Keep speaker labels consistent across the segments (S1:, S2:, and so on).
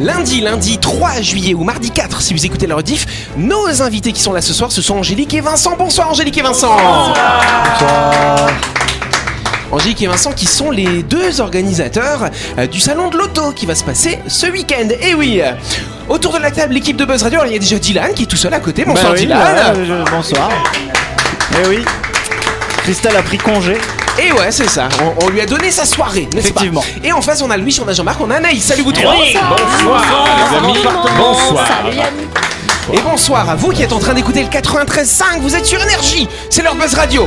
S1: Lundi, lundi 3 juillet ou mardi 4, si vous écoutez le rediff, nos invités qui sont là ce soir, ce sont Angélique et Vincent. Bonsoir Angélique et Vincent Angélique et Vincent qui sont les deux organisateurs euh, du salon de l'auto qui va se passer ce week-end. Et oui euh, Autour de la table, l'équipe de Buzz Radio, Alors, il y a déjà Dylan qui est tout seul à côté. Bonsoir
S2: Bah oui,
S1: Dylan
S2: voilà, je- bonsoir. Eh oui. Christelle a pris congé.
S1: Et Eh ouais, c'est ça, on, on lui a donné sa soirée, n'est-ce
S2: Effectivement.
S1: pas Et en face, on a Louis, on a Jean-Marc, on a Anaïs. Salut vous trois
S3: Bonsoir, les amis. Bonsoir.
S1: Et bonsoir à vous qui êtes en train d'écouter le 93.5, vous êtes sur Énergie, c'est leur Buzz Radio.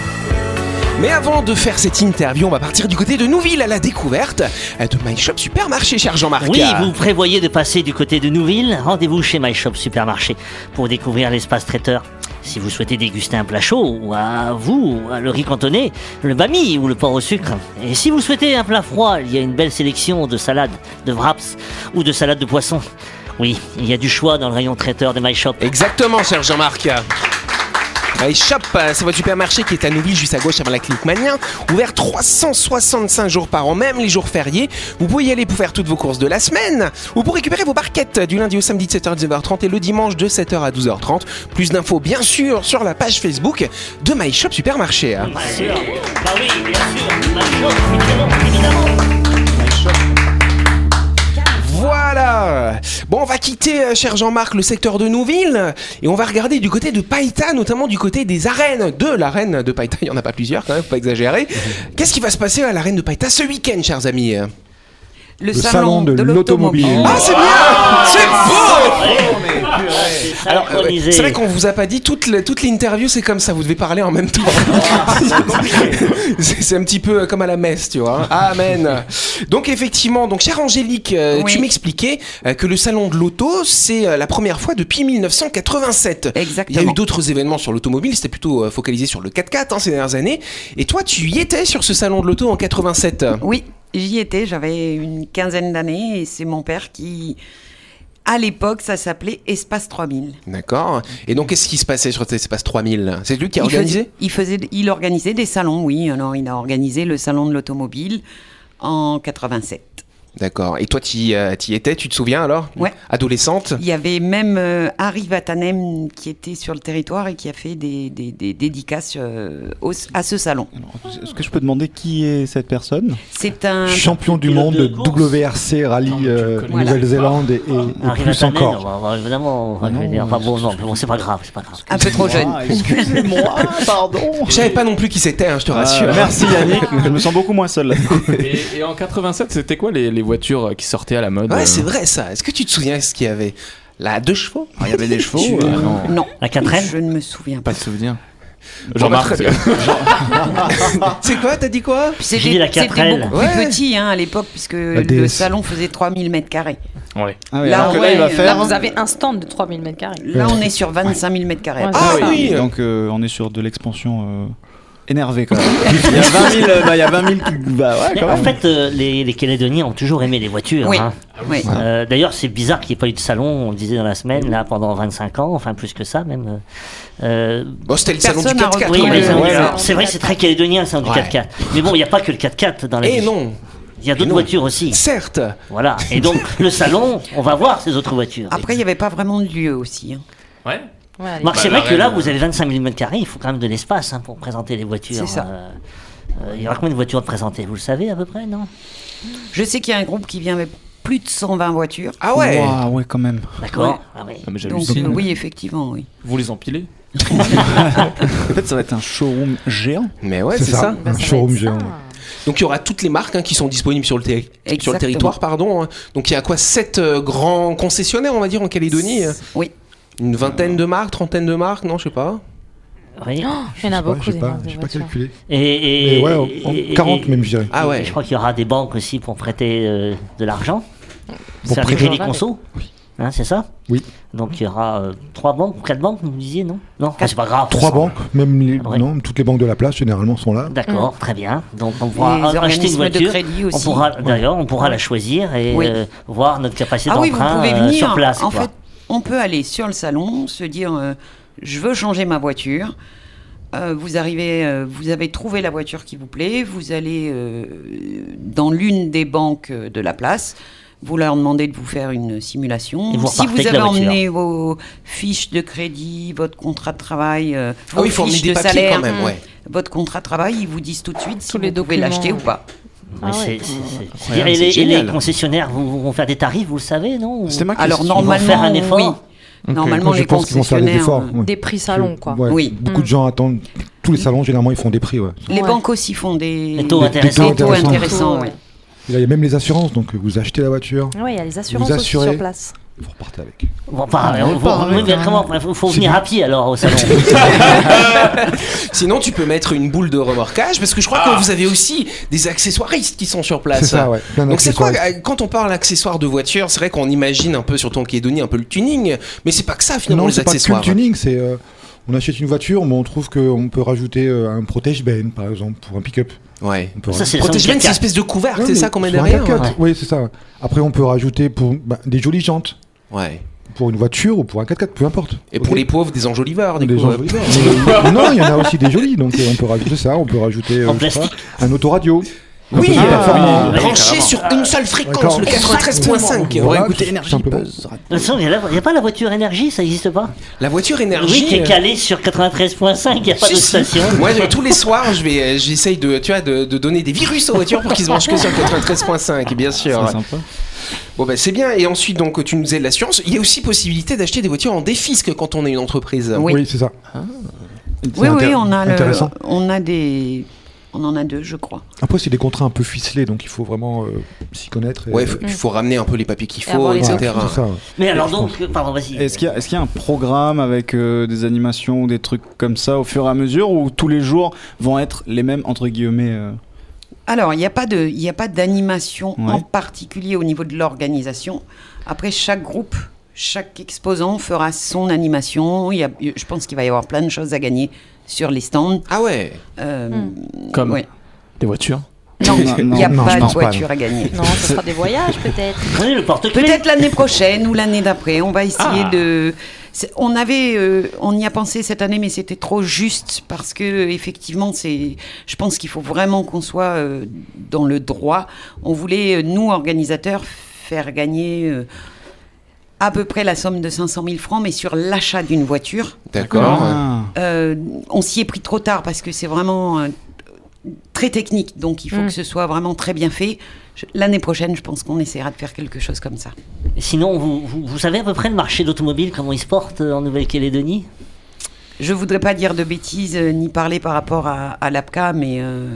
S1: Mais avant de faire cette interview, on va partir du côté de Nouville à la découverte euh, de My Shop Supermarché, cher Jean-Marc.
S4: Oui, vous prévoyez de passer du côté de Nouville Rendez-vous chez My Shop Supermarché pour découvrir l'espace traiteur. Si vous souhaitez déguster un plat chaud, ou à vous, ou à le riz cantonné, le bami ou le porc au sucre. Et si vous souhaitez un plat froid, il y a une belle sélection de salades, de wraps ou de salades de poisson. Oui, il y a du choix dans le rayon traiteur de My Shop.
S1: Exactement, cher Jean-Marc. My Shop, euh, c'est votre supermarché qui est à Nouville, juste à gauche avant la clinique Manien, ouvert 365 jours par an, même les jours fériés. Vous pouvez y aller pour faire toutes vos courses de la semaine ou pour récupérer vos barquettes du lundi au samedi de 7h à 19h30 et le dimanche de 7h à 12h30. Plus d'infos, bien sûr, sur la page Facebook de My Shop Supermarché. hein. Voilà Bon, on va quitter, euh, cher Jean-Marc, le secteur de Nouville et on va regarder du côté de Païta, notamment du côté des arènes. De l'arène de Païta, il n'y en a pas plusieurs quand même, faut pas exagérer. Qu'est-ce qui va se passer à l'arène de Païta ce week-end, chers amis
S5: Le, salon, de l'automobile.
S1: Ah, c'est bien Ah, C'est beau
S4: Alors,
S1: Ouais, C'est vrai qu'on vous a pas dit toute le- toute l'interview, c'est comme ça, vous devez parler en même temps. Ah, c'est c'est un petit peu comme à la messe, tu vois. Amen. Donc effectivement, donc chère Angélique, euh,
S5: Oui.
S1: tu m'expliquais euh, que le salon de l'auto, c'est euh, la première fois depuis 1987. Il y a
S5: Exactement.
S1: eu d'autres événements sur l'automobile, c'était plutôt euh, focalisé sur le 4x4 hein, ces dernières années. Et toi, tu y étais sur ce salon de l'auto en 87.
S5: Ah. Oui, j'y étais, j'avais une quinzaine d'années et c'est mon père qui, à l'époque, ça s'appelait Espace 3000.
S1: D'accord. Et donc, qu'est-ce qui se passait sur cet espace 3000 C'est lui qui a
S5: Il
S1: organisé
S5: faisait- il, faisait, il organisait des salons, oui. Alors, il a organisé le salon de l'automobile en 87.
S1: D'accord. Et toi, tu y, euh, t'y étais, tu te souviens alors
S5: Ouais.
S1: Adolescente
S5: Il y avait même euh, Harry Vatanem qui était sur le territoire et qui a fait des, des- des dédicaces euh, au- à ce salon.
S2: Est-ce que je peux demander qui est cette personne
S5: C'est un
S6: champion du
S4: Pilote
S6: monde
S4: de
S6: de
S4: course.
S6: WRC Rallye euh,
S5: connais.
S6: Nouvelle-Zélande et, et- et
S4: Arrive
S6: plus
S4: à Tannen,
S6: encore.
S4: on va- évidemment, on va- je veux dire, enfin bon, non, bon, c'est pas grave, c'est pas grave.
S5: un peu trop jeune.
S2: Ah, Excusez-moi, pardon.
S1: Je savais pas non plus qui c'était, hein, je te
S2: Ah,
S1: rassure.
S2: merci Yannick, je me sens beaucoup moins seul. là.
S3: Et, et en 87, c'était quoi les, les voitures qui sortaient à la mode
S1: Ouais,
S3: euh,
S1: c'est vrai ça. Est-ce que tu te souviens ce qu'il y avait La deux chevaux
S3: Il y avait des chevaux
S5: Je-
S3: euh, Non,
S5: Non,
S4: La quatrième
S5: je ne me souviens pas.
S3: pas de souvenir.
S1: bah,
S3: Jean-Marc,
S1: très
S3: c'est-
S1: Ah, C'est quoi T'as dit quoi
S5: Puis
S4: J'ai dit
S5: C'était
S4: la
S5: c'était
S4: Caprel.
S5: beaucoup
S1: Ouais.
S5: plus petit hein, à l'époque, puisque le
S6: DS.
S5: salon faisait 3000 mètres carrés.
S3: Ouais.
S2: Ah oui,
S5: Là,
S2: alors que là,
S5: ouais,
S2: il va
S7: Là,
S2: faire.
S7: Bah, vous avez un stand de 3000 mètres carrés.
S5: Là, on est sur 25 000 mètres carrés.
S7: Ouais.
S1: Ah
S7: Ah,
S1: oui
S2: Donc euh, on est sur de l'expansion euh, énervée quand même. il y a 20 000, bah, il y a 20 000 qui- bah, ouais,
S4: Mais
S2: quand
S4: en
S2: même.
S4: fait, euh, les, les Calédoniens ont toujours aimé les voitures.
S5: Oui.
S4: hein.
S5: Ouais.
S4: Euh, D'ailleurs, c'est bizarre qu'il n'y ait pas eu de salon, on le disait dans la semaine, là, pendant 25 ans, enfin plus que ça même. Euh,
S1: Bon, c'était le salon du
S5: Personne n'a
S1: 4x4.
S4: oui,
S5: Oui,
S4: mais
S5: oui,
S4: c'est-
S5: oui,
S4: c'est-
S5: oui.
S4: c'est vrai que c'est très calédonien, c'est un du
S1: Ouais.
S4: 4x4. Mais bon, il n'y a pas que le 4x4 dans la
S1: Et
S4: vie.
S1: Eh non,
S4: Il y a d'autres
S1: non.
S4: voitures aussi.
S1: certes.
S4: Voilà. Et donc, le salon, on va voir ces autres voitures.
S5: Après, il n'y avait pas vraiment de lieu aussi. hein.
S3: Ouais.
S7: Ouais,
S4: Marc,
S3: Bah,
S4: c'est vrai
S3: la
S4: que là,
S3: reine,
S4: vous avez 25 000 m2, il faut quand même de l'espace hein, pour présenter les voitures.
S5: C'est ça.
S4: Euh, euh, il y aura combien de voitures de présenter Vous le savez à peu près, non
S5: Je sais qu'il y a un groupe qui vient avec plus de 120 voitures.
S1: Ah ouais
S2: Ouah, ouais, quand même.
S4: D'accord.
S5: Ouais.
S4: Ah oui.
S3: Non, mais
S5: Donc,
S3: j'hallucine.
S5: euh, oui, effectivement, oui.
S3: Vous les empilez
S2: En fait, ça va être un showroom géant.
S1: Mais ouais,
S6: C'est
S1: c'est ça.
S6: ça.
S7: bah,
S6: Un
S7: ça va
S6: showroom
S7: être ça.
S6: géant.
S1: Donc il y aura toutes les marques hein, qui sont disponibles sur le, terri- sur le
S5: Exactement.
S1: territoire. pardon. hein. Donc il y a quoi Sept euh, grands concessionnaires, on va dire, en Calédonie hein.
S5: Oui.
S1: Une vingtaine de marques, trentaine de marques, non, je sais pas.
S4: Oui.
S7: Il y en a
S6: Je
S7: beaucoup.
S6: sais
S7: hein, des
S6: pas,
S7: marques de
S6: j'ai pas
S7: voitures.
S6: calculé.
S4: Et, et-
S6: Mais ouais, en-
S4: et-
S6: en 40 même, je dirais.
S1: Ah ouais.
S4: Je crois qu'il y aura des banques aussi pour prêter euh, de l'argent. C'est un
S7: prêter.
S4: crédit conso. Hein, c'est ça
S6: Oui.
S4: Donc il y aura euh, trois banques ou quatre banques, vous me disiez, non Non, enfin, c'est pas grave.
S6: Trois
S4: ça.
S6: banques, même les,
S4: Ouais.
S6: non, toutes les banques de la place généralement sont là.
S4: D'accord, très bien. Donc on
S5: Mm. Les
S4: pourra acheter une
S5: organismes de
S4: voiture.
S5: crédit
S4: On
S5: aussi.
S4: pourra d'ailleurs, on pourra la choisir et
S5: Oui.
S4: euh, voir notre capacité
S5: Ah oui, vous
S4: d'emprunt
S5: pouvez
S4: euh,
S5: venir.
S4: sur place.
S5: en
S4: quoi.
S5: fait, on peut aller sur le salon, se dire euh, je veux changer ma voiture. Euh, vous arrivez, euh, vous avez trouvé la voiture qui vous plaît. Vous allez euh, dans l'une des banques euh, de la place. Vous leur demandez de vous faire une simulation.
S4: Et vous
S5: si
S4: repartez
S5: vous
S4: avec
S5: avez
S4: la voiture.
S5: emmené vos fiches de crédit, votre contrat de travail, euh,
S1: Ah
S5: vos
S1: oui, il faut
S5: fiches
S1: remettre des
S5: de
S1: papiers
S5: salaire,
S1: quand même, ouais.
S5: votre contrat de travail, ils vous disent tout de suite si
S7: Tous les
S5: vous pouvez
S7: documents.
S5: l'acheter ou pas.
S4: Mais
S7: Ah
S4: c'est-
S7: ouais.
S4: c'est- c'est-
S1: Incroyable,
S4: et, les,
S1: c'est
S4: et les
S1: génial.
S4: concessionnaires vont, vont faire des tarifs, vous le savez, non
S2: C'était ma
S5: Alors
S2: question.
S4: vont
S5: normalement,
S4: faire un effort
S5: oui. Normalement,
S6: Moi, je
S5: les
S6: pense qu'ils vont faire des
S5: concessionnaires,
S6: efforts.
S5: euh,
S6: ouais.
S7: Des prix salon, quoi.
S6: Ouais,
S5: Oui.
S6: Beaucoup de gens attendent. Tous les salons, généralement, ils font des prix. Ouais.
S5: Les
S7: Ouais.
S5: banques aussi font des,
S4: Les taux
S5: des
S4: intéressants.
S5: taux
S6: Intéressants.
S5: intéressants, ouais.
S6: Et là, il y a même les assurances. Donc, vous achetez la voiture,
S7: Oui, il y a les assurances
S6: Vous
S7: aussi
S6: assurez.
S7: sur place.
S6: vous repartez avec.
S4: Bon,
S5: Ah,
S4: pas-
S6: Non,
S4: on-
S6: pas,
S4: on-
S6: ouais.
S5: hein.
S4: oui, mais comment- faut, faut venir à pied alors au salon.
S1: Sinon, tu peux mettre une boule de remorquage parce que je crois que vous avez aussi des accessoiristes qui sont sur place.
S6: C'est ça, ouais. Plein
S1: Donc c'est quoi
S6: d'accessoires.
S1: euh, quand on parle accessoires de voiture, c'est vrai qu'on imagine un peu sur ton Kédoni un peu le tuning, mais c'est pas que ça finalement
S6: Non,
S1: les
S6: c'est pas que le
S1: accessoires.
S6: tuning. C'est euh, on achète une voiture, mais on trouve qu'on peut rajouter euh, un protège ben par exemple, pour un pick-up.
S1: Ouais.
S6: On peut
S4: Ça, c'est-
S1: Protège
S4: sur le
S1: bien, c'est une
S4: 4x4.
S1: espèce de couvercle,
S6: Ouais,
S1: c'est
S6: mais
S1: ça qu'on met
S6: sur un
S1: derrière.
S6: 4x4,
S4: ouais.
S6: Oui, c'est ça. Après, on peut rajouter pour bah, des jolies jantes,
S1: hein. Ouais.
S6: pour une voiture ou pour un 4x4, peu importe.
S1: Et pour
S6: Ok
S1: les pauvres des enjoliveurs, du
S6: Des
S1: coup. hein.
S6: gens jolis, mais- mais non, il y en a aussi des jolis, donc euh, on peut rajouter ça, on peut rajouter euh,
S4: En
S6: je sais pas,
S4: plastique.
S6: un autoradio.
S1: Oui,
S6: Ah,
S1: euh,
S4: oui,
S1: branché
S4: carrément.
S1: sur une seule fréquence,
S6: D'accord.
S1: le 93.5.
S6: Voilà,
S1: Ouais.
S6: tout simplement.
S4: De toute façon, il n'y a, il y a pas la voiture énergie, ça n'existe pas
S1: La voiture
S4: Oui,
S1: énergie.
S4: qui est
S1: euh,
S4: calée sur 93.5, il n'y a pas
S1: si,
S4: de
S1: si.
S4: station.
S1: Moi, je- tous les soirs, je vais, euh, j'essaye de, tu vois, de, de donner des virus aux voitures pour qu'ils se branchent que sur le 93.5, bien sûr.
S2: C'est sympa.
S1: Bon bah c'est bien. Et ensuite donc tu nous disais de l'assurance. Il y a aussi possibilité d'acheter des voitures en défisque quand on est une entreprise.
S5: Oui.
S6: Oui, c'est ça.
S5: Oui,
S6: C'est
S5: oui,
S6: intér-
S5: on a, le-
S6: intéressant.
S5: on a des... On en a deux, je crois.
S6: Après, c'est des contrats un peu ficelés, donc il faut vraiment euh, s'y connaître. et-
S1: Ouais, faut- il faut ramener un peu les papiers qu'il
S7: Et avoir
S1: faut,
S7: les
S6: Voilà,
S1: etc.
S6: c'est ça.
S4: Mais alors donc, pardon, vas-y.
S2: Est-ce qu'il y, a- est-ce qu'il y a un programme avec euh, des animations ou des trucs comme ça au fur et à mesure ou tous les jours vont être les mêmes entre guillemets euh,
S5: Alors, il n'y a pas de- il n'y a pas d'animation
S2: Ouais.
S5: en particulier au niveau de l'organisation. Après, chaque groupe, chaque exposant fera son animation. Il y a- je pense qu'il va y avoir plein de choses à gagner sur les stands.
S1: Ah ouais.
S5: Euh,
S3: Comme
S5: ouais.
S3: des voitures.
S5: Non,
S2: Non,
S5: il n'y a
S6: non, je
S5: pas de
S6: pense pas,
S5: voiture à gagner.
S7: Non, ce sera des voyages peut-être.
S4: Prenez le porte-clés.
S5: Peut-être l'année prochaine ou l'année d'après. On va essayer
S4: Ah.
S5: de. c'est- On avait, euh, on y a pensé cette année, mais c'était trop juste parce que euh, effectivement, c'est. Je pense qu'il faut vraiment qu'on soit euh, dans le droit. On voulait, euh, nous organisateurs, faire gagner. euh, à peu près la somme de 500 000 francs, mais sur l'achat d'une voiture.
S1: D'accord.
S2: Ah.
S5: Euh, on s'y est pris trop tard parce que c'est vraiment euh, très technique, donc il faut
S7: Mm.
S5: que ce soit vraiment très bien fait. Je- L'année prochaine, je pense qu'on essaiera de faire quelque chose comme ça.
S4: Sinon, vous, vous, vous savez à peu près le marché de l'automobile, comment il se porte euh, en Nouvelle-Calédonie
S5: Je voudrais pas dire de bêtises euh, ni parler par rapport à, à l'APCA, mais euh,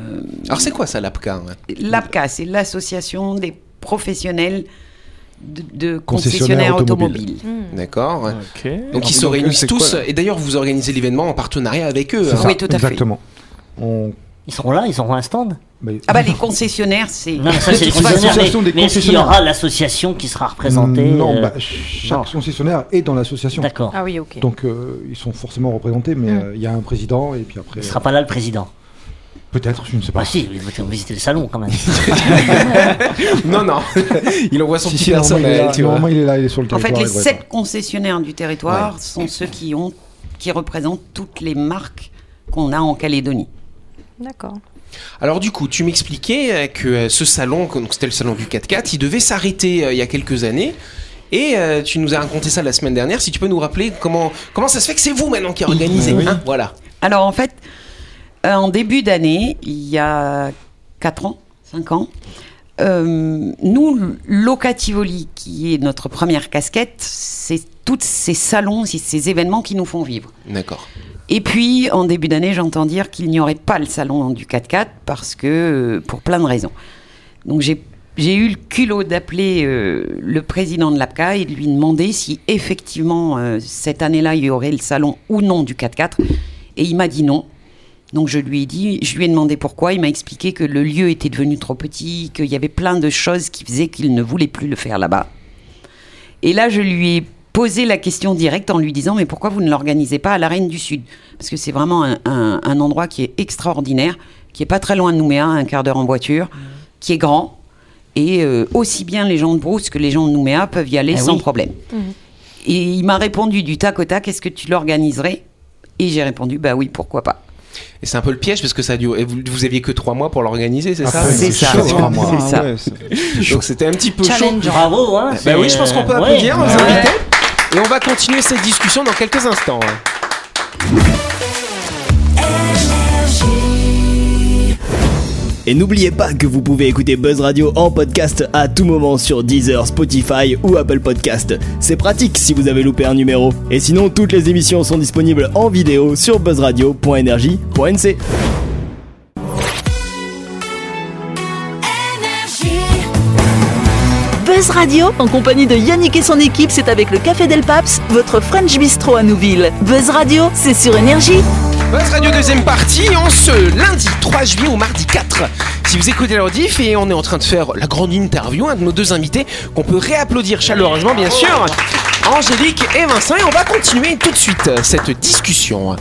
S1: Alors c'est quoi ça l'APCA hein ouais
S5: l'APCA, c'est l'association des professionnels de, de concessionnaires,
S6: Concessionnaires
S5: automobiles.
S6: automobiles.
S1: D'accord. ouais.
S3: Ok.
S1: Donc ils se
S2: donc, eux,
S1: réunissent
S2: c'est
S1: tous
S2: quoi, là
S1: et d'ailleurs vous organisez l'événement en partenariat avec eux.
S6: C'est
S1: hein.
S6: ça,
S5: Oui, tout à fait.
S6: Exactement. On...
S4: Ils seront là, ils auront un stand
S6: bah,
S5: Ah bah les concessionnaires, c'est...
S4: Non, mais ça
S6: De
S4: c'est les
S6: toute façon,
S4: concessionnaires.
S6: l'association
S4: Mais,
S6: des
S4: mais est-ce qu'il y
S6: concessionnaires.
S4: aura l'association qui sera représentée
S6: Non,
S4: euh,
S6: bah, chaque
S4: non.
S6: concessionnaire est dans l'association.
S4: D'accord.
S7: Ah oui, ok.
S6: Donc euh, ils sont forcément représentés, mais
S7: Mm.
S6: euh, il y a un président et puis après euh,
S4: Il sera pas là le président.
S6: peut-être, je ne sais pas.
S4: Ah si, il va visiter le salon quand même.
S1: Non non. il envoie son
S6: Si,
S1: petit
S6: si, normalement, il est
S1: personnel.
S6: là,
S1: tu vois.
S6: normalement, il est là, il est sur le
S5: En fait,
S6: territoire.
S5: les
S6: il devrait
S5: sept concessionnaires du territoire sont ceux qui, ont, qui représentent toutes les marques qu'on a en Calédonie.
S7: D'accord.
S1: Alors du coup, tu m'expliquais euh, que euh, ce salon, que- donc c'était le salon du 4x4, il devait s'arrêter euh, il y a quelques années. Et euh, tu nous as raconté ça la semaine dernière. Si tu peux nous rappeler comment comment ça se fait que c'est vous maintenant qui organisez, hein, voilà.
S5: Alors en fait, euh, en début d'année, il y a 4 ans, 5 ans, euh, nous, Locativoli, qui est notre première casquette, c'est tous ces salons, c'est ces événements qui nous font vivre.
S1: D'accord.
S5: Et puis, en début d'année, j'entends dire qu'il n'y aurait pas le salon du 4x4 parce que, euh, pour plein de raisons. Donc, j'ai, j'ai eu le culot d'appeler euh, le président de l'APCA et de lui demander si effectivement, euh, cette année-là, il y aurait le salon ou non du 4x4. Et il m'a dit non. Donc je lui ai dit, je lui ai demandé pourquoi. Il m'a expliqué que le lieu était devenu trop petit, qu'il y avait plein de choses qui faisaient qu'il ne voulait plus le faire là-bas. Et là, je lui ai posé la question directe en lui disant Mais pourquoi vous ne l'organisez pas à l'Arène du Sud Parce que c'est vraiment un, un- un endroit qui est extraordinaire, qui est pas très loin de Nouméa, un quart d'heure en voiture,
S4: Mmh.
S5: qui est grand. Et euh, aussi bien les gens de Brousse que les gens de Nouméa peuvent y aller
S4: Ah
S5: sans
S4: oui.
S5: problème. Et il m'a répondu du tac au tac Est-ce que tu l'organiserais Et j'ai répondu Bah oui, pourquoi pas.
S1: Et c'est un peu le piège parce que ça a dû. et Vous, vous aviez que trois mois pour l'organiser, c'est
S6: Ah,
S1: ça
S6: ouais,
S5: c'est ça.
S6: chaud, hein.
S5: Ah, moi.
S2: Ah,
S5: c'est ça.
S2: ouais, c'est-
S1: Donc c'était un petit peu chaud.
S7: Challenge.
S4: Bravo, hein.
S1: Bah
S4: c'est-
S1: oui, je pense qu'on peut
S4: ouais.
S1: applaudir hein, nos
S4: Ouais.
S1: invités. Et on va continuer cette discussion dans quelques instants. hein.
S8: Et n'oubliez pas que vous pouvez écouter Buzz Radio en podcast à tout moment sur Deezer, Spotify ou Apple Podcast. C'est pratique si vous avez loupé un numéro. Et sinon, toutes les émissions sont disponibles en vidéo sur buzzradio.energie.nc.
S9: Buzz Radio, en compagnie de Yannick et son équipe, c'est avec le Café Del Paps, votre French Bistro à Nouville. Buzz Radio, c'est sur Énergie.
S1: Buzz Radio deuxième partie en ce lundi 3 juillet au mardi 4. Si vous écoutez la rediff et on est en train de faire la grande interview, un de nos deux invités qu'on peut réapplaudir chaleureusement bien sûr, Angélique et Vincent. Et on va continuer tout de suite euh, cette discussion.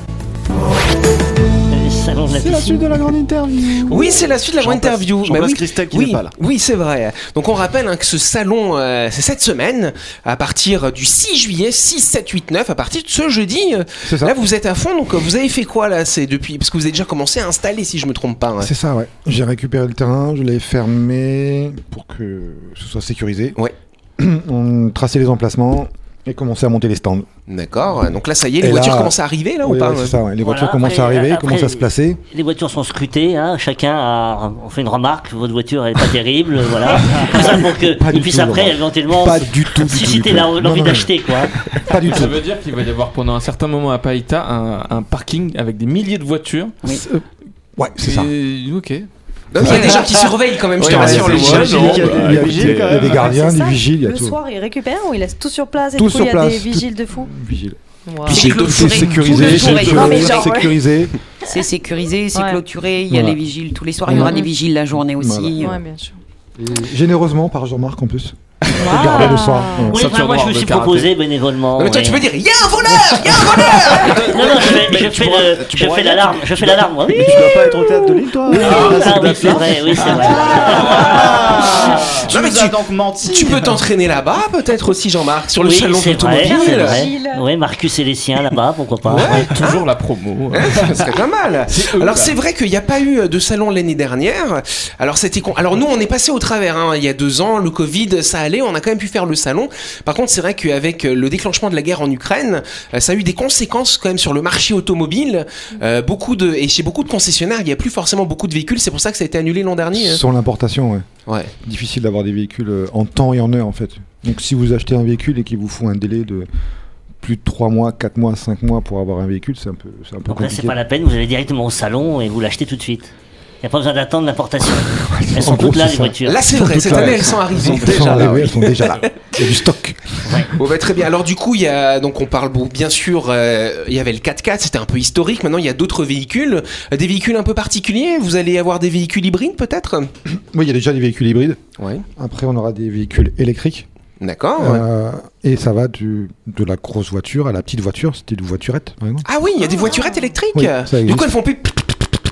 S4: Le salon de la
S2: C'est la
S4: piscine.
S2: suite de la grande interview.
S1: Oui, c'est la suite de la grande
S2: J'en place-
S1: interview.
S2: j'en
S1: Bah
S2: place
S1: oui,
S2: Christelle qui
S1: oui,
S2: n'est pas là.
S1: Oui, c'est vrai. Donc on rappelle hein, que ce salon, euh, c'est cette semaine, à partir du 6 juillet, 6, 7, 8, 9, à partir de ce jeudi. euh,
S6: C'est ça.
S1: Là, vous êtes à fond, donc euh, vous avez fait quoi là C'est depuis parce que vous avez déjà commencé à installer, si je me trompe pas. hein.
S6: C'est ça, ouais. J'ai récupéré le terrain, je l'ai fermé pour que ce soit sécurisé.
S1: Ouais.
S6: On traçait les emplacements et commençait à monter les stands.
S1: D'accord. Donc là, ça y est, les
S6: Et
S1: voitures
S6: là-
S1: commencent à arriver là ou
S6: Ouais,
S1: pas
S6: ouais, c'est ça, ouais. Les
S4: Voilà,
S6: voitures commencent à
S4: après-
S6: arriver,
S4: après-
S6: commencent à se placer.
S4: Les voitures sont scrutées, hein, chacun a, on fait une remarque, votre voiture elle est pas terrible, voilà. Tout ça pour que
S6: Pas du
S4: ils puissent
S6: tout,
S4: après
S6: Laurent.
S4: éventuellement
S6: Pas du tout, du tout, du
S4: susciter
S6: tout.
S4: la-
S6: Non,
S4: l'envie
S6: non,
S4: d'acheter quoi.
S6: Pas du
S3: Ça
S6: tout.
S3: veut dire qu'il va y avoir pendant un certain moment à Païta un, un parking avec des milliers de voitures.
S5: Oui.
S6: Ouais, c'est ça.
S3: Et- Ok.
S1: Donc il y a des gens qui surveillent quand même. Je
S3: Ouais,
S1: te
S3: ouais,
S1: rassure, hein.
S3: c'est
S1: le
S3: vrai,
S1: chien.
S3: non.
S6: Il y a des-
S2: bah,
S6: il y a-
S2: les
S6: il y a-
S2: vigiles,
S6: il y a
S2: quand
S6: des
S2: même.
S6: gardiens,
S7: Ah, c'est
S6: des
S7: ça.
S6: vigiles, il y a
S7: Le
S6: tout.
S7: soir, ils récupèrent ou ils laissent tout sur place et
S6: Tout
S7: du coup,
S6: sur
S7: il y a
S6: place,
S7: des
S6: tout-
S7: vigiles de fous
S6: Vigile.
S7: Wow.
S1: Puis- J'ai
S6: C'est
S1: clôturé
S5: tout
S6: sécurisé,
S5: le
S6: c'est
S5: tour est-
S7: Non, mais genre, ouais.
S6: sécurisé.
S5: C'est sécurisé, c'est
S7: Ouais.
S5: clôturé, il y a
S2: Voilà.
S5: les vigiles tous les soirs, il y aura
S7: Mhm.
S5: des vigiles la journée aussi.
S7: Ouais, bien sûr.
S6: Et Généreusement par Jean-Marc en plus. Gardé le soir.
S7: Ah,
S6: Ouais.
S4: Oui,
S3: Ceinture
S4: enfin, moi je
S3: noire
S4: me
S3: de
S4: suis
S3: karaté.
S4: proposé bénévolement.
S1: Non, mais toi,
S4: ouais.
S1: tu peux dire, il y a un voleur, il y a un voleur.
S4: Non, non, je fais, je fais le- je fais l'alarme, je fais l'alarme. moi. Oui,
S2: Tu dois pas être au théâtre de l'île, toi
S4: ah, oui, c'est vrai, oui, c'est vrai.
S2: Tu
S1: Non, mais
S2: Ah. nous as
S1: tu-
S2: donc menti.
S1: Tu peux t'entraîner là-bas, peut-être aussi, Jean-Marc, sur le
S4: oui,
S1: salon
S4: c'est vrai,
S1: d'automobile.
S4: c'est
S7: Gilles.
S4: vrai. Ouais, Marcus et les siens là-bas, pourquoi pas.
S3: Ouais, toujours la promo.
S1: Ce serait pas mal.
S3: C'est eux,
S1: Alors
S3: là.
S1: c'est vrai qu'il n'y a pas eu euh, de salon l'année dernière. Alors c'était con. Alors nous on est passé au travers. hein. Il y a deux ans, le Covid, ça allait. On a quand même pu faire le salon. Par contre c'est vrai qu'avec euh, le déclenchement de la guerre en Ukraine, euh, ça a eu des conséquences quand même sur le marché automobile. Euh, beaucoup de et chez beaucoup de concessionnaires, il n'y a plus forcément beaucoup de véhicules. C'est pour ça que ça a été annulé l'an dernier. hein.
S6: Sans l'importation, ouais.
S1: Ouais.
S6: difficile d'avoir des véhicules euh, en temps et en heure en fait. Donc si vous achetez un véhicule et qu'il vous faut un délai de plus de 3 mois, 4 mois, 5 mois pour avoir un véhicule, c'est un peu, c'est un peu
S4: Donc là, c'est
S6: compliqué.
S4: pas la peine, vous allez directement au salon et vous l'achetez tout de suite. Il n'y a pas besoin d'attendre l'importation. Elles
S6: en
S4: sont
S6: gros,
S4: toutes là,
S6: c'est
S4: les
S6: ça.
S4: voitures.
S1: Là c'est vrai. Cette année elles sont arrivées.
S6: Elles sont arrivées, elles sont déjà là. Il y a du stock.
S1: Bon bah, très bien. Alors du coup, il y a donc on parle bon, bien sûr, euh, il y avait le 4x4, c'était un peu historique. Maintenant, il y a d'autres véhicules, Euh, des véhicules un peu particuliers. Vous allez avoir des véhicules hybrides peut-être
S6: Oui, il y a déjà des véhicules hybrides.
S1: Ouais.
S6: Après, on aura des véhicules électriques.
S1: D'accord.
S6: Euh, et ça va du, de la grosse voiture à la petite voiture, style voiturette par exemple.
S1: Ah oui, il y a des voiturettes électriques.
S6: Oui, ça existe.
S1: du coup, elles font plus.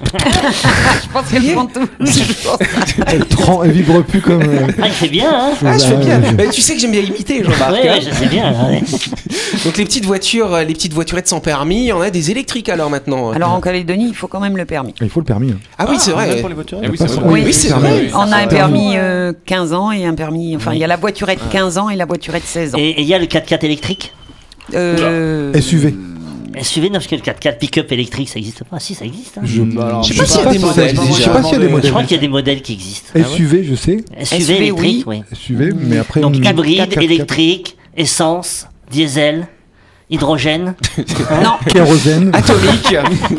S5: Je pense qu'elles font tout.
S6: Elle, trempe- elle vibre plus comme. euh,
S4: Ah, il fait bien, hein
S1: Ah, je fais bien.
S6: euh,
S1: Mais tu sais que j'aime bien imiter, Jean-Marc.
S4: Ouais,
S1: hein.
S4: ouais, je sais bien. ouais.
S1: Donc les petites voitures, euh, les petites voiturettes sans permis, on a des électriques alors maintenant.
S5: Alors en Calédonie, il faut quand même le permis.
S6: Il faut le permis. hein.
S1: ah oui, c'est vrai.
S2: Pour les voitures.
S3: Eh oui,
S6: Pas
S3: c'est
S6: ça.
S3: vrai.
S1: Oui, c'est vrai.
S5: On a un
S6: Ouais.
S5: permis euh, 15 ans et un permis. Enfin, il y a la voiturette 15 ans et la voiturette 16 ans.
S4: Et et il y a le 4x4 électrique
S5: Euh,
S6: SUV.
S4: SUV, non, parce que le 4x4 pick-up électrique, ça n'existe pas. Ah, si, ça existe. hein.
S6: Je
S1: Je sais pas s'il y a des modèles,
S6: Je sais
S1: déjà.
S6: pas s'il y a des
S4: Je
S6: modèles. hein.
S4: crois qu'il y a des modèles qui existent.
S6: SUV, je sais.
S4: SUV,
S5: SUV,
S6: Mm.
S4: électrique, oui.
S6: SUV, mais après.
S4: Donc
S6: on-
S4: hybride,
S6: 4x4.
S4: électrique, essence, diesel. Hydrogène
S5: Non,
S6: Kérosène.
S1: Atomique.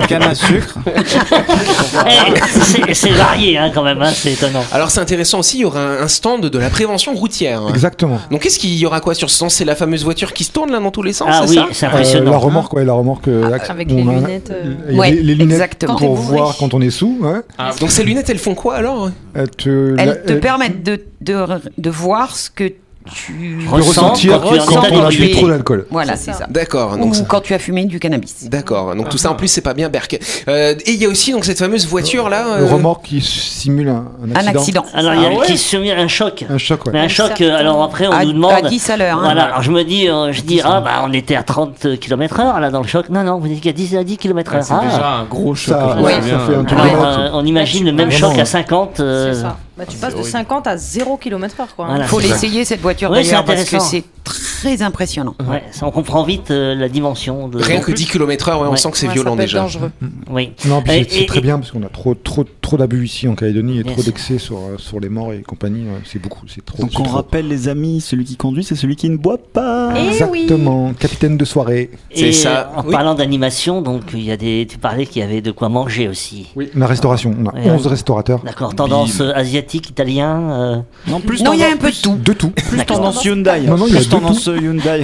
S2: Canne à sucre.
S4: Eh, c'est- C'est varié hein, quand même, hein, c'est étonnant.
S1: Alors c'est intéressant aussi, il y aura un un stand de la prévention routière.
S6: Exactement.
S1: Donc qu'est-ce qu'il y aura quoi sur ce stand C'est la fameuse voiture qui se tourne là dans tous les sens,
S4: Ah
S1: c'est
S4: oui,
S1: ça
S4: c'est
S6: Euh, la
S4: impressionnant.
S6: remorque, ouais, la remorque. euh, axe-
S7: Avec
S6: on
S7: les
S6: a-
S7: lunettes. euh,
S6: Il y a
S5: Ouais,
S6: les, les lunettes
S5: exactement.
S6: pour
S7: Quand t'es bourré.
S6: voir quand on est sous. ouais.
S3: Ah,
S1: Donc ces lunettes, elles font quoi alors
S6: Elles te, la-
S5: elles te
S6: elles-
S5: permettent de, de, de voir ce que tu
S6: de
S4: Ressens
S6: ressentir
S4: quand tu es en
S6: quand
S4: état
S6: on a
S4: d'ébriété.
S6: bu trop d'alcool.
S5: Voilà,
S7: C'est
S5: c'est
S7: ça.
S5: ça.
S1: D'accord.
S5: Ou
S1: Donc ça-
S5: quand tu as fumé du cannabis.
S1: D'accord, donc tout ça en plus c'est pas bien Berk. Euh, et il y a aussi donc cette fameuse voiture là.
S6: Le
S1: euh,
S6: remorque qui simule un, un
S5: Un
S6: accident.
S5: accident.
S4: Alors, il y a
S5: Ah ouais
S4: qui se met un choc.
S6: Un choc, ouais.
S4: Mais un choc, euh, alors après, on
S5: à,
S4: nous demande.
S5: à 10 à l'heure. hein.
S4: Voilà, alors je me dis, euh, je dis, ah bah on était à 30 km/h là dans le choc. Non, non, vous dites qu'il y a 10 à 10 km/h.
S3: C'est déjà un gros choc.
S6: Ça,
S3: je me
S6: ouais,
S3: souviens.
S6: ça fait un truc
S4: Alors,
S6: de malade,
S4: Ah. euh,
S6: ça.
S4: on imagine le même
S6: Vraiment,
S4: choc à
S6: ouais.
S4: 50. euh,
S7: C'est ça. Bah, tu passes de
S3: horrible.
S7: 50 à 0 km/h quoi. hein.
S4: Voilà.
S5: Faut
S4: c'est ça.
S5: l'essayer cette voiture
S4: Ouais,
S5: d'ailleurs
S4: c'est
S5: parce que
S4: intéressant.
S5: c'est très impressionnant.
S4: Ouais, ça, on comprend vite euh, la dimension de.
S1: Rien que 10 km/h, ouais, on
S4: Ouais.
S1: sent que c'est
S7: Ouais, ça
S1: violent
S7: peut être
S1: déjà.
S7: dangereux.
S4: Oui.
S6: Non, puis
S4: Et-
S6: c'est- c'est
S4: et-
S6: très bien parce qu'on a trop, trop, trop d'abus ici en Calédonie et
S4: Bien
S6: trop
S4: sûr.
S6: d'excès sur, euh, sur les morts et compagnie. ouais, C'est beaucoup, c'est trop.
S2: Donc
S6: c'est
S2: on
S6: trop.
S2: rappelle les amis, celui qui conduit, c'est celui qui ne boit
S6: Ah.
S2: pas.
S7: Eh oui.
S6: Exactement, capitaine de soirée.
S1: C'est
S4: Et
S1: ça,
S4: En
S1: oui.
S4: parlant d'animation, donc il y a des. Tu parlais qu'il y avait de quoi manger aussi.
S6: La restauration, on a
S4: Ouais,
S6: 11
S4: ouais.
S6: restaurateurs.
S4: D'accord. Tendance euh, asiatique, italien. euh,
S2: Non, plus
S5: Non, il y a
S2: tendance-
S5: un peu de tout.
S6: De tout.
S2: plus
S4: D'accord.
S2: tendance Hyundai.
S6: Non, non, il y a
S2: plus
S6: de tout.
S2: tendance Hyundai.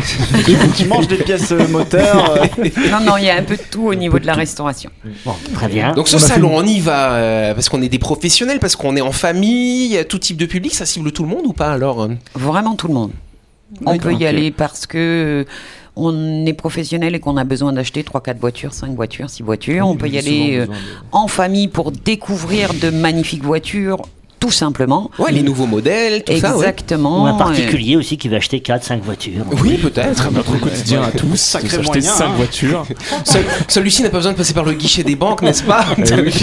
S2: tu manges des pièces euh, moteurs. euh,
S5: Non, non, il y a un peu de tout au niveau de la restauration.
S4: Bon, très bien.
S1: Donc ce
S6: On a fait
S1: salon, on y va euh, parce qu'on est des professionnels, parce qu'on est en famille, il y a tout type de public, ça cible tout le monde ou pas alors euh
S5: Vraiment tout le monde. On peut
S3: ok.
S5: y aller parce que euh, on est professionnel et qu'on a besoin d'acheter 3 4 voitures, 5 voitures, 6
S3: Ah,
S5: voitures, on peut y aller euh, en famille pour découvrir de magnifiques voitures tout simplement.
S1: Ouais, les nouveaux modèles, tout ça. ouais.
S5: Exactement. euh,
S4: Ou un particulier aussi qui veut acheter 4-5 voitures.
S1: Oui, peut-être.
S3: Notre quotidien à tous,
S2: Sacré
S3: c'est d'acheter
S2: moyen,
S3: 5
S2: hein.
S3: voitures.
S1: Seul- Celui-ci n'a pas besoin de passer par le guichet des banques, n'est-ce pas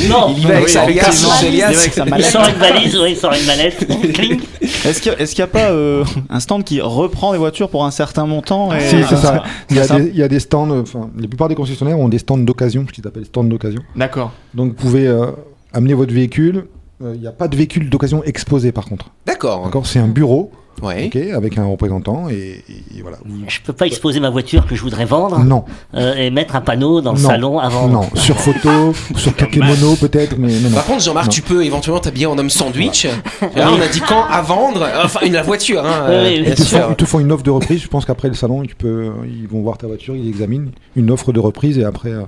S4: Non.
S1: Il y va avec
S2: Oui,
S1: sa
S2: effectivement.
S1: liasse, ses
S2: Il y va avec
S1: liasses.
S2: sa
S4: Il
S2: mallette.
S4: sort une valise, oui, il sort une mallette. Cling.
S2: Est-ce qu'il n'y a, est-ce qu'il y a pas euh, un stand qui reprend les voitures pour un certain montant et- euh,
S6: Si, c'est ça. Il y, a
S2: ça.
S6: des, il y a des stands, euh, enfin, la plupart des concessionnaires ont des stands d'occasion, ce qu'ils appellent stands d'occasion.
S3: D'accord.
S6: Donc vous pouvez euh, amener votre véhicule. Euh, Il n'y a pas de véhicule d'occasion exposé par contre.
S1: D'accord.
S6: D'accord C'est un bureau
S1: Ouais.
S6: ok, avec un représentant et, et voilà.
S4: Mmh. Je peux pas exposer ma voiture que je voudrais vendre
S6: Non,
S4: euh, et mettre un panneau dans le
S6: Non.
S4: salon avant.
S6: non. Sur photo, sur Pokémono peut-être, mais non, non.
S1: Par contre, Jean-Marc,
S6: Non.
S1: tu peux éventuellement t'habiller en homme sandwich. Là, on a dit quand à vendre, enfin une la voiture. Hein, euh,
S4: Oui, oui, oui.
S1: bien
S6: Ils te,
S1: sûr.
S6: font, ils te font une offre de reprise. Je pense qu'après le salon, tu peux, ils vont voir ta voiture, ils examinent une offre de reprise et après, euh,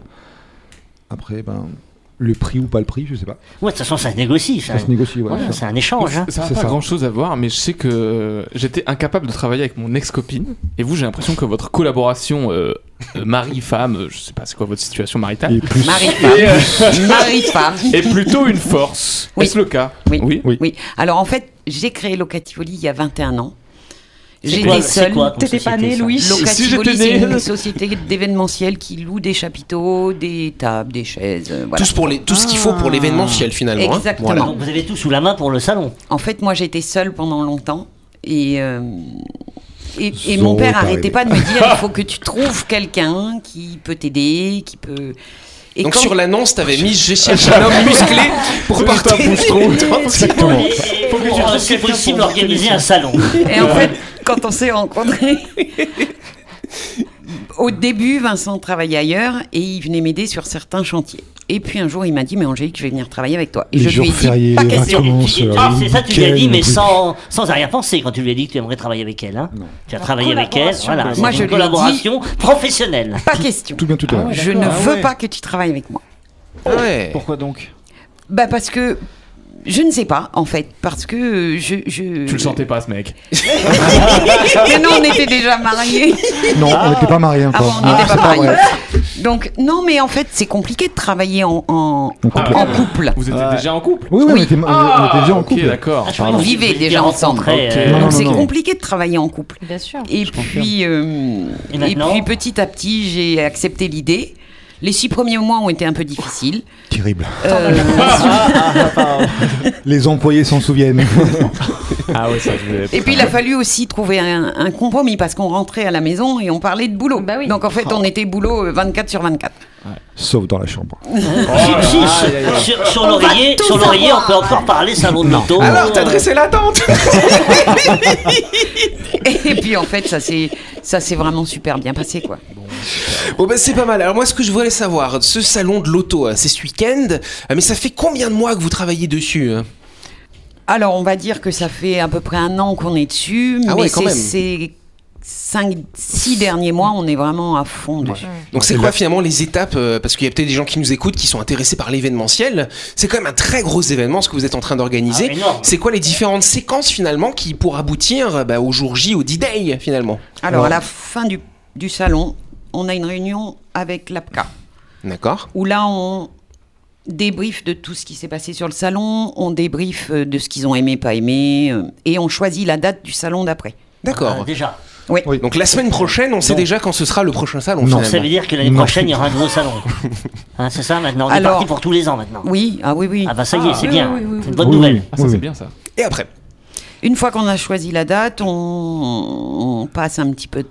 S6: après ben, le prix ou pas le prix, je sais pas.
S4: Ouais, de toute façon, ça se négocie. Ça.
S6: Ça se négocie. voilà,
S4: Ouais,
S6: ça.
S4: c'est un échange. hein.
S3: Ça n'a
S6: C'est
S3: pas
S6: ça.
S3: grand chose à voir, mais je sais que euh, j'étais incapable de travailler avec mon ex-copine. Et vous, j'ai l'impression que votre collaboration euh, euh, mari-femme, euh, je sais pas c'est quoi votre situation maritale,
S6: Et plus.
S5: Marie
S3: Et, euh,
S5: Marie femme.
S3: est plutôt une force.
S5: Oui.
S3: Est-ce le cas
S5: Oui. Oui. Alors en fait, j'ai créé Locativoli il y a 21 ans.
S4: C'est quoi-
S5: J'étais
S4: c'est
S5: seule.
S4: quoi comme
S7: T'étais
S4: société,
S7: pas né,
S4: ça
S7: Louis
S3: Si j'étais
S5: Locativoli, c'est
S3: né-
S5: une société d'événementiel qui loue des chapiteaux, des tables, des chaises. euh, voilà.
S1: Tous pour les, tout ce qu'il faut pour l'événementiel finalement. hein.
S5: Exactement.
S1: Voilà.
S4: Donc, vous avez tout sous la main pour le salon.
S5: En fait, moi, j'étais seule pendant longtemps et. euh, et, et
S6: Zorro
S5: mon père
S6: est
S5: arrêtait
S6: arrivé.
S5: pas de me dire il faut que tu trouves quelqu'un qui peut t'aider, qui peut. Et
S1: Donc
S5: quand-
S1: sur l'annonce, t'avais mis je cherche un homme musclé pour porter.
S6: Exactement.
S4: Et- et
S3: que tu
S4: pour, euh,
S3: trouves
S4: si
S3: quelqu'un
S4: possible,
S3: pour
S4: organiser un salon.
S5: Et en fait, quand on s'est rencontrés, au début, Vincent travaillait ailleurs et il venait m'aider sur certains chantiers. Et puis un jour, il m'a dit Mais Angélique, je vais venir travailler avec toi. Et
S6: Les
S5: je
S6: jours
S5: lui ai dit
S6: fériés,
S5: Pas
S6: les
S4: Et- et-
S5: question.
S6: vacances. Comment
S4: et-
S6: ça,
S4: ah, c'est ça, tu lui as dit,
S6: nickel,
S4: mais
S6: nickel.
S4: sans, sans arrière-pensée quand tu lui as dit que tu aimerais travailler avec elle. hein. Tu as travaillé avec elle,
S7: collaboration,
S4: voilà.
S7: quoi.
S4: c'est
S5: Moi,
S4: une
S5: je lui ai dit-
S4: collaboration professionnelle.
S5: Pas question.
S6: Tout bien, tout à l'heure.
S5: Je ne
S2: d'accord,
S5: veux
S2: ah ouais.
S5: pas que tu travailles avec moi.
S1: Ouais.
S2: Pourquoi donc
S5: Bah, parce que. Je ne sais pas, en fait, parce que euh, je. je...
S3: Tu le sentais pas, ce mec.
S5: Mais non, on était déjà mariés.
S6: Non, on n'était pas mariés
S5: Ah bon,
S6: encore.
S5: on n'était
S6: Non,
S5: pas
S6: c'est
S5: mariés.
S6: vrai.
S5: Donc, non, mais en fait, c'est compliqué de travailler en, en,
S6: En couple.
S5: en couple.
S3: Vous étiez
S2: Ouais.
S3: déjà en couple
S6: Ah. Oui, oui, on était, on était déjà en
S3: ok,
S6: couple.
S3: d'accord.
S4: Ah, je croyais
S5: On
S4: que
S5: vivait
S4: vous étiez
S5: déjà ensemble.
S4: rencontrés, euh,
S3: Ok.
S6: Non, non,
S5: Donc,
S6: non,
S5: c'est
S6: non.
S5: compliqué de travailler en couple.
S7: Bien sûr.
S5: Et puis, euh,
S4: Et
S5: et,
S4: maintenant
S5: puis petit à petit, j'ai accepté l'idée. Les six premiers mois ont été un peu difficiles.
S6: Terrible.
S5: Euh,
S6: Les employés s'en souviennent.
S3: Ah ouais, ça, je voulais-
S5: et puis il a fallu aussi trouver un, un compromis parce qu'on rentrait à la maison et on parlait de boulot.
S7: Bah oui.
S5: Donc en fait,
S6: Oh.
S5: on était boulot euh, 24 sur 24.
S6: Sauf dans la chambre.
S4: Si, si, sur- Sur l'oreiller, sur l'oreiller, on peut Euh, encore parler salon de l'auto.
S1: Alors, t'as dressé la tente
S5: Et, Et puis en fait, ça s'est ça s'est vraiment super bien passé quoi.
S1: Bon ben c'est pas mal. Alors moi ce que je voulais savoir, ce salon de l'auto, hein, c'est ce week-end, euh, mais ça fait combien de mois que vous travaillez dessus hein
S5: Alors, on va dire que ça fait à peu près un an qu'on est dessus,
S1: Ah
S5: mais
S1: ouais, quand
S5: c'est
S1: même.
S5: ces cinq, six derniers mois, on est vraiment à fond dessus.
S1: Donc c'est quoi finalement les étapes euh, Parce qu'il y a peut-être des gens qui nous écoutent qui sont intéressés par l'événementiel. C'est quand même un très gros événement ce que vous êtes en train d'organiser.
S4: Ah, énorme.
S1: c'est quoi les différentes séquences finalement qui pour aboutir euh, bah, au jour J, au D-Day finalement
S5: Alors, à la fin du, du salon, on a une réunion avec l'APCA,
S1: D'accord
S5: où là, on débrief de tout ce qui s'est passé sur le salon, on débrief euh, de ce qu'ils ont aimé, pas aimé, euh, et on choisit la date du salon d'après.
S1: D'accord.
S4: Ah, déjà.
S1: Donc la semaine prochaine, on sait
S6: Non.
S1: déjà quand ce sera le prochain salon
S6: Non.
S4: Ça
S1: finalement.
S4: veut dire que l'année
S6: Non.
S4: prochaine, il y aura un gros salon. Hein, c'est ça maintenant On est
S5: Alors-
S4: parti pour tous les ans maintenant.
S5: Oui, ah oui, oui.
S4: Ah bah ça y est, c'est
S7: oui,
S4: bien.
S7: oui, oui,
S4: C'est une bonne
S6: Oui,
S4: nouvelle.
S6: oui.
S3: Ah, ça c'est bien ça.
S1: Et après
S5: Une fois qu'on a choisi la date, on, on passe un petit peu.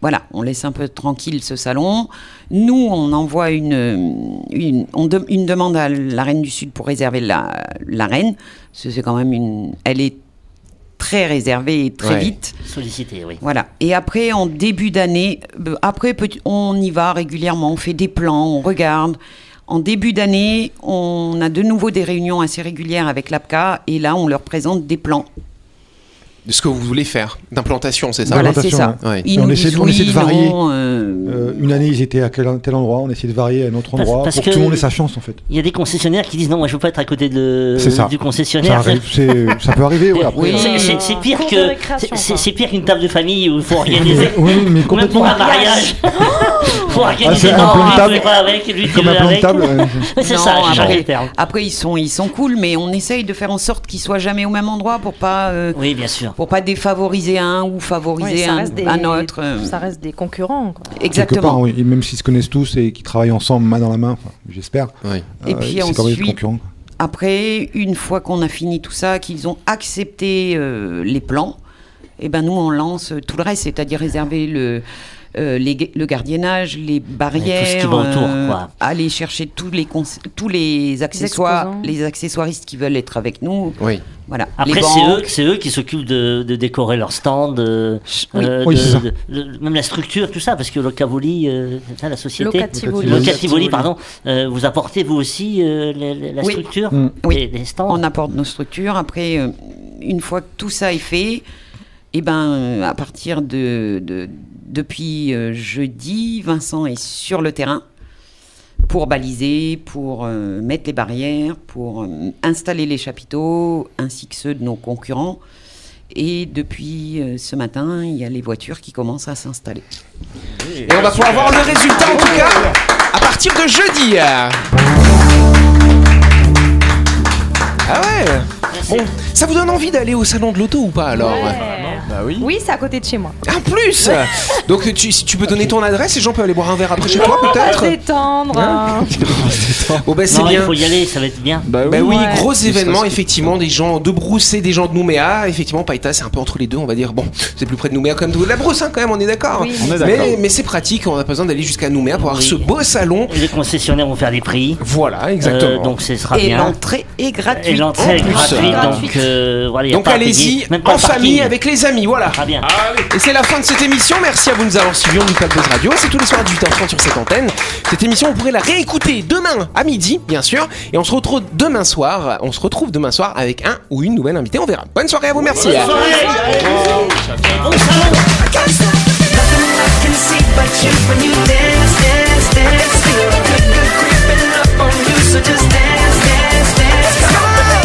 S5: Voilà, on laisse un peu tranquille ce salon. Nous, on envoie une, une, on de- une demande à la reine du Sud pour réserver la, la reine. Parce que C'est quand même une. Elle est très réservée et très
S1: Ouais.
S5: vite.
S4: Sollicité, oui.
S5: Voilà. Et après, en début d'année, euh, après, petit- on y va régulièrement, on fait des plans, on regarde. En début d'année, on a de nouveau des réunions assez régulières avec l'APCA et là, on leur présente des plans.
S1: De ce que vous voulez faire d'implantation, c'est ça
S5: Voilà, c'est
S6: Implantation,
S5: ça.
S1: ouais. Ouais.
S5: Ils
S6: Et on
S5: nous
S6: essaie de-
S5: disent
S6: on essaie de
S5: oui,
S6: varier.
S5: non, euh,
S6: Euh, une année, ils étaient à quel- tel endroit, on essayait de varier à un autre
S4: Parce-
S6: endroit
S4: parce
S6: pour
S4: que-
S6: que tout le monde ait sa chance en fait.
S4: Il y a des concessionnaires qui disent non, moi je veux pas être à côté de,
S6: C'est ça.
S4: du
S6: Ça,
S4: concessionnaire.
S6: arrive, c'est- ça peut arriver, ouais, après.
S4: C'est-
S7: euh,
S4: c'est- C'est pire
S7: cours de
S4: que
S7: récréation,
S4: c'est- c'est
S7: quoi.
S4: c'est pire qu'une table de famille où il faut organiser.
S6: Oui, mais
S4: Même pour
S6: complètement.
S4: un mariage, faut
S6: Ah,
S4: organiser. non,
S6: c'est
S4: lui,
S6: implantable.
S4: tu es pas avec, lui, tu
S6: Comme
S4: es
S6: un plan de
S4: avec.
S6: table. ouais.
S4: Ouais, C'est
S5: Non,
S4: ça, j'ai
S7: ah
S5: après-
S4: changé le terme.
S5: Après, ils sont, ils sont cool, mais on essaye de faire en sorte qu'ils soient jamais au même endroit pour pas, euh,
S4: Oui, bien sûr.
S5: pour pas défavoriser un ou
S7: Ouais,
S5: favoriser
S7: ça
S5: un,
S7: reste des-
S5: un autre. euh,
S7: Ça reste des concurrents. quoi.
S6: Quelque part,
S5: Exactement.
S6: oui. Et même s'ils se connaissent tous et qu'ils travaillent ensemble main dans la main, enfin, j'espère.
S1: Ouais.
S5: Et
S6: euh,
S5: puis
S6: c'est quand même
S5: ensuite-
S6: concurrent.
S5: Après, une fois qu'on a fini tout ça, qu'ils ont accepté euh, les plans, et ben nous on lance euh, tout le reste, c'est-à-dire réserver le euh, les ga- le gardiennage, les barrières, euh,
S4: va autour, quoi.
S5: aller chercher tous les cons- tous les accessoires,
S7: exposants.
S5: les accessoiristes qui veulent être avec nous,
S1: Oui.
S5: voilà.
S4: Après,
S5: Les
S4: c'est
S5: banques.
S4: eux, c'est eux qui s'occupent de, de décorer leur stand, de,
S5: Oui.
S4: euh,
S6: Oui,
S4: de-
S6: c'est ça.
S4: de- de- même la structure, tout ça, parce que Locavoli, euh, c'est ça, la société,
S7: Locativoli.
S6: Locativoli.
S4: Locativoli, pardon, euh, vous apportez vous aussi euh, la, la- la
S5: Oui.
S4: structure,
S6: Mm.
S5: Oui.
S4: les, les stands.
S5: On apporte nos structures. Après, euh, une fois que tout ça est fait, et ben, euh, à partir de, de- depuis euh, jeudi, Vincent est sur le terrain pour baliser, pour euh, mettre les barrières, pour euh, installer les chapiteaux, ainsi que ceux de nos concurrents. Et depuis euh, ce matin, il y a les voitures qui commencent à s'installer.
S1: Et on va pouvoir voir le résultat en tout cas à partir de jeudi. Ah Ah ouais
S5: Oh,
S1: Bon, Ça vous donne envie d'aller au salon de l'auto ou pas alors
S7: Ouais.
S3: Bah oui.
S7: Oui, c'est à côté de chez moi.
S1: En plus Donc tu, si tu peux donner ton adresse et gens peuvent aller boire un verre après chez toi
S7: va
S1: peut-être
S7: détendre. hein.
S1: Bon bah c'est
S4: Non, il
S1: bien.
S4: faut y aller, ça va être bien.
S2: Bah
S1: Bah oui,
S7: Ouais.
S1: gros
S2: ça,
S1: événement,
S2: c'est-
S1: effectivement, des gens de Brousse et des gens de Nouméa. Effectivement, Païta, c'est un peu entre les deux, on va dire. Bon, c'est plus près de Nouméa quand même de la Brousse, hein, quand même, on est d'accord.
S7: Oui.
S2: On est d'accord.
S1: mais mais c'est pratique, on n'a pas besoin d'aller jusqu'à Nouméa pour avoir
S4: Oui.
S1: ce beau salon.
S4: Les concessionnaires vont faire des prix.
S1: Voilà,
S4: euh,
S1: exactement.
S4: donc ce sera
S5: et
S4: bien.
S5: l'entrée est
S4: Et
S5: gratuite. Oh,
S4: l'entrée est
S1: en plus.
S4: gratuite,
S1: Gratuite.
S4: donc euh, voilà, il y a
S1: Donc
S4: pas à
S1: allez-y
S4: payer, même pas
S1: en
S4: le parking. Ah,
S1: famille avec les amis, voilà.
S4: Très bien.
S1: Et c'est la fin de cette émission. Merci à vous de nous avoir suivis. On nous parle Buzz Radio. C'est tous les soirs à 18h30 sur cette antenne. Cette émission, vous pourrez la réécouter demain à midi, bien sûr. Et on se retrouve demain soir. On se retrouve demain soir avec un ou une nouvelle invitée. On verra. Bonne soirée à vous. Merci.